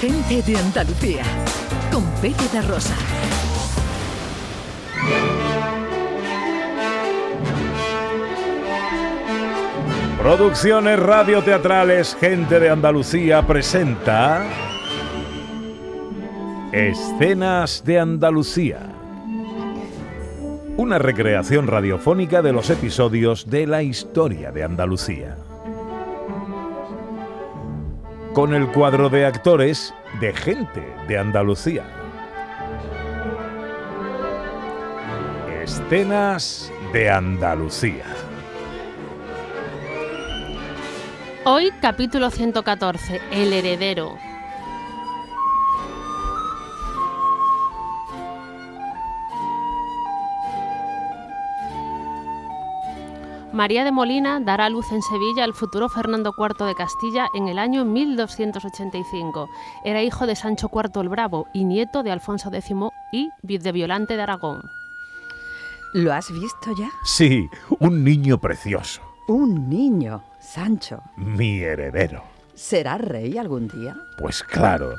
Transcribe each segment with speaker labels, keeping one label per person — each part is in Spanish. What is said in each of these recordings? Speaker 1: Gente de Andalucía, con Pepe da Rosa.
Speaker 2: Producciones radioteatrales Gente de Andalucía presenta Escenas de Andalucía. Una recreación radiofónica de los episodios de la historia de Andalucía. Con el cuadro de actores de Gente de Andalucía. Escenas de Andalucía.
Speaker 3: Hoy capítulo 114, El heredero. María de Molina dará a luz en Sevilla al futuro Fernando IV de Castilla en el año 1285. Era hijo de Sancho IV el Bravo y nieto de Alfonso X y de Violante de Aragón.
Speaker 4: ¿Lo has visto ya?
Speaker 2: Sí, un niño precioso,
Speaker 4: Un niño, Sancho.
Speaker 2: mi heredero.
Speaker 4: ¿Será rey algún día?
Speaker 2: Pues claro,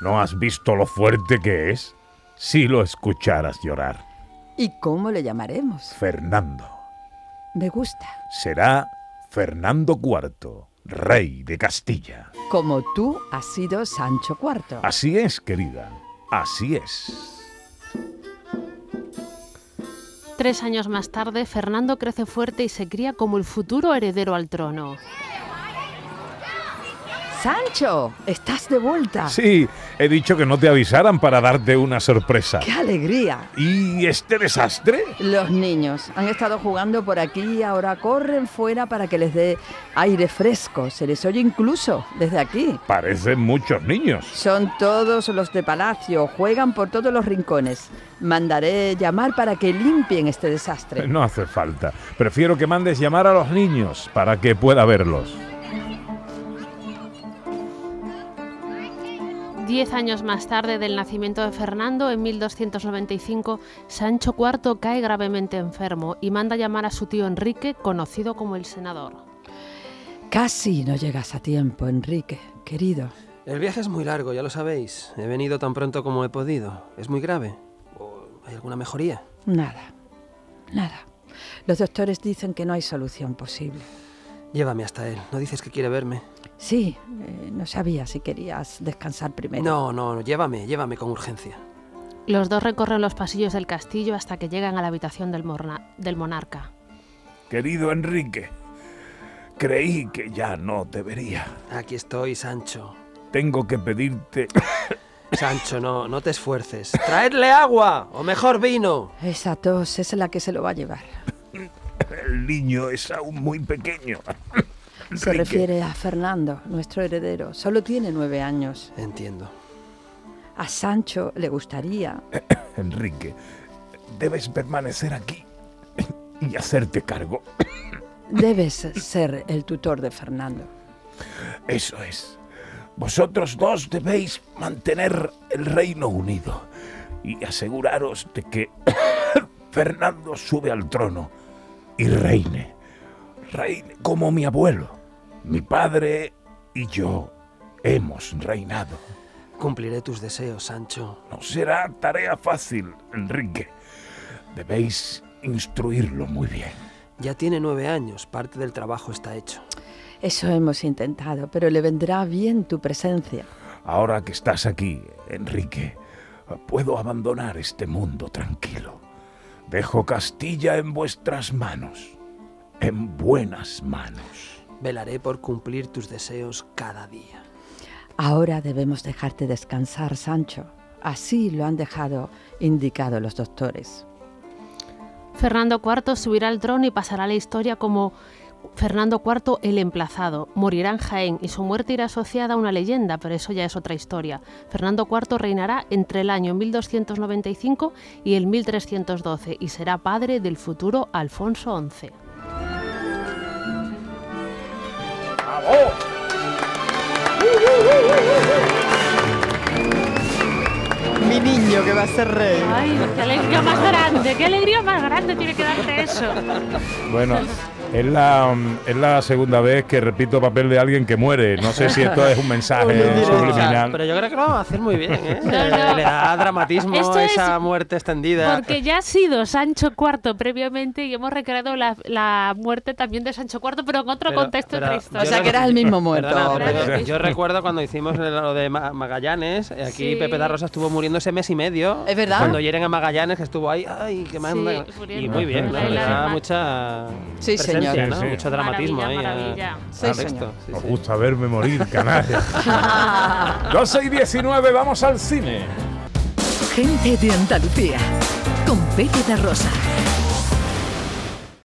Speaker 2: ¿no has visto lo fuerte que es? Si lo escucharas llorar,
Speaker 4: ¿Y cómo le llamaremos?
Speaker 2: Fernando.
Speaker 4: Me gusta.
Speaker 2: Será Fernando IV, rey de Castilla.
Speaker 4: Como tú has sido Sancho IV.
Speaker 2: Así es, querida, así es.
Speaker 3: Tres años más tarde, Fernando crece fuerte y se cría como el futuro heredero al trono.
Speaker 4: ¡Sancho! ¡Estás de vuelta!
Speaker 2: Sí, he dicho que no te avisaran para darte una sorpresa.
Speaker 4: ¡Qué alegría!
Speaker 2: ¿Y este desastre?
Speaker 4: Los niños han estado jugando por aquí y ahora corren fuera para que les dé aire fresco. Se les oye incluso desde aquí.
Speaker 2: Parecen muchos niños.
Speaker 4: Son todos los de palacio, juegan por todos los rincones. Mandaré llamar para que limpien este desastre.
Speaker 2: No hace falta. Prefiero que mandes llamar a los niños para que pueda verlos.
Speaker 3: Diez años más tarde del nacimiento de Fernando, en 1295, Sancho IV cae gravemente enfermo y manda llamar a su tío Enrique, conocido como el senador.
Speaker 4: Casi no llegas a tiempo, Enrique, querido.
Speaker 5: El viaje es muy largo, ya lo sabéis. He venido tan pronto como he podido. Es muy grave. ¿O ¿Hay alguna mejoría?
Speaker 4: Nada, nada. Los doctores dicen que no hay solución posible.
Speaker 5: Llévame hasta él. ¿No dices que quiere verme?
Speaker 4: Sí, eh, no sabía si querías descansar primero.
Speaker 5: No, no, no, llévame, llévame con urgencia.
Speaker 3: Los dos recorren los pasillos del castillo hasta que llegan a la habitación del, morna- del monarca.
Speaker 2: Querido Enrique, creí que ya no te vería.
Speaker 5: Aquí estoy, Sancho.
Speaker 2: Tengo que pedirte...
Speaker 5: Sancho, no, no te esfuerces. ¡Traedle agua! O mejor vino.
Speaker 4: Esa tos es la que se lo va a llevar.
Speaker 2: El niño es aún muy pequeño.
Speaker 4: Se
Speaker 2: Enrique.
Speaker 4: refiere a Fernando, nuestro heredero. Solo tiene nueve años.
Speaker 5: Entiendo.
Speaker 4: A Sancho le gustaría.
Speaker 2: Enrique, debes permanecer aquí y hacerte cargo.
Speaker 4: Debes ser el tutor de Fernando.
Speaker 2: Eso es. Vosotros dos debéis mantener el reino unido y aseguraros de que Fernando sube al trono y reine. Reine como mi abuelo, mi padre y yo hemos reinado.
Speaker 5: Cumpliré tus deseos, Sancho.
Speaker 2: No será tarea fácil, Enrique. Debéis instruirlo muy bien.
Speaker 5: Ya tiene nueve años. Parte del trabajo está hecho.
Speaker 4: Eso hemos intentado, pero le vendrá bien tu presencia.
Speaker 2: Ahora que estás aquí, Enrique, puedo abandonar este mundo tranquilo. Dejo Castilla en vuestras manos, en buenas manos.
Speaker 5: Velaré por cumplir tus deseos cada día.
Speaker 4: Ahora debemos dejarte descansar, Sancho. Así lo han dejado indicado los doctores.
Speaker 3: Fernando IV subirá al trono y pasará a la historia como Fernando IV el emplazado. Morirá en Jaén y su muerte irá asociada a una leyenda, pero eso ya es otra historia. Fernando IV reinará entre el año 1295 y el 1312 y será padre del futuro Alfonso XI.
Speaker 4: Mi niño que va a ser rey.
Speaker 3: ¡Ay, qué alegría más grande! ¡Qué alegría más grande tiene que darte eso!
Speaker 2: Bueno, Es la, es la segunda vez que repito papel de alguien que muere. No sé si esto es un mensaje
Speaker 5: Pero
Speaker 2: subliminal.
Speaker 5: yo creo que lo va a hacer muy bien, ¿eh?
Speaker 3: No, no.
Speaker 5: Le da dramatismo
Speaker 3: Esto
Speaker 5: a
Speaker 3: es-
Speaker 5: esa muerte extendida.
Speaker 3: Porque ya ha sido Sancho IV previamente y hemos recreado la, la muerte también de Sancho IV, pero en otro
Speaker 5: Pero-
Speaker 3: contexto
Speaker 5: pero
Speaker 3: de la
Speaker 5: yo
Speaker 6: O
Speaker 3: historia.
Speaker 6: sea,
Speaker 5: no-
Speaker 6: que era el mismo muerto.
Speaker 5: Perdona,
Speaker 3: Era el
Speaker 5: pero
Speaker 3: mismo.
Speaker 5: yo recuerdo cuando hicimos lo de Ma- Magallanes, eh, aquí
Speaker 3: Sí.
Speaker 5: Pepe da Rosa estuvo muriendo ese mes y medio.
Speaker 6: Es verdad.
Speaker 5: Cuando hieren a Magallanes, que estuvo ahí, ay, qué más.
Speaker 3: Sí,
Speaker 5: y
Speaker 3: muriendo.
Speaker 5: muy bien,
Speaker 2: Ahí
Speaker 5: claro, le
Speaker 2: la
Speaker 5: da
Speaker 3: demás.
Speaker 5: mucha
Speaker 6: Sí,
Speaker 5: presencia,
Speaker 2: señor.
Speaker 5: ¿no?
Speaker 2: Sí, sí.
Speaker 5: mucho dramatismo
Speaker 3: Maravilla,
Speaker 5: ahí.
Speaker 3: maravilla.
Speaker 5: al-
Speaker 6: Sí,
Speaker 5: al
Speaker 6: señor.
Speaker 5: texto. Sí,
Speaker 2: Nos
Speaker 5: sí.
Speaker 2: gusta verme morir, canalla. 12 y 19, vamos al cine.
Speaker 4: Gente de Andalucía. Con Pepe de Rosa.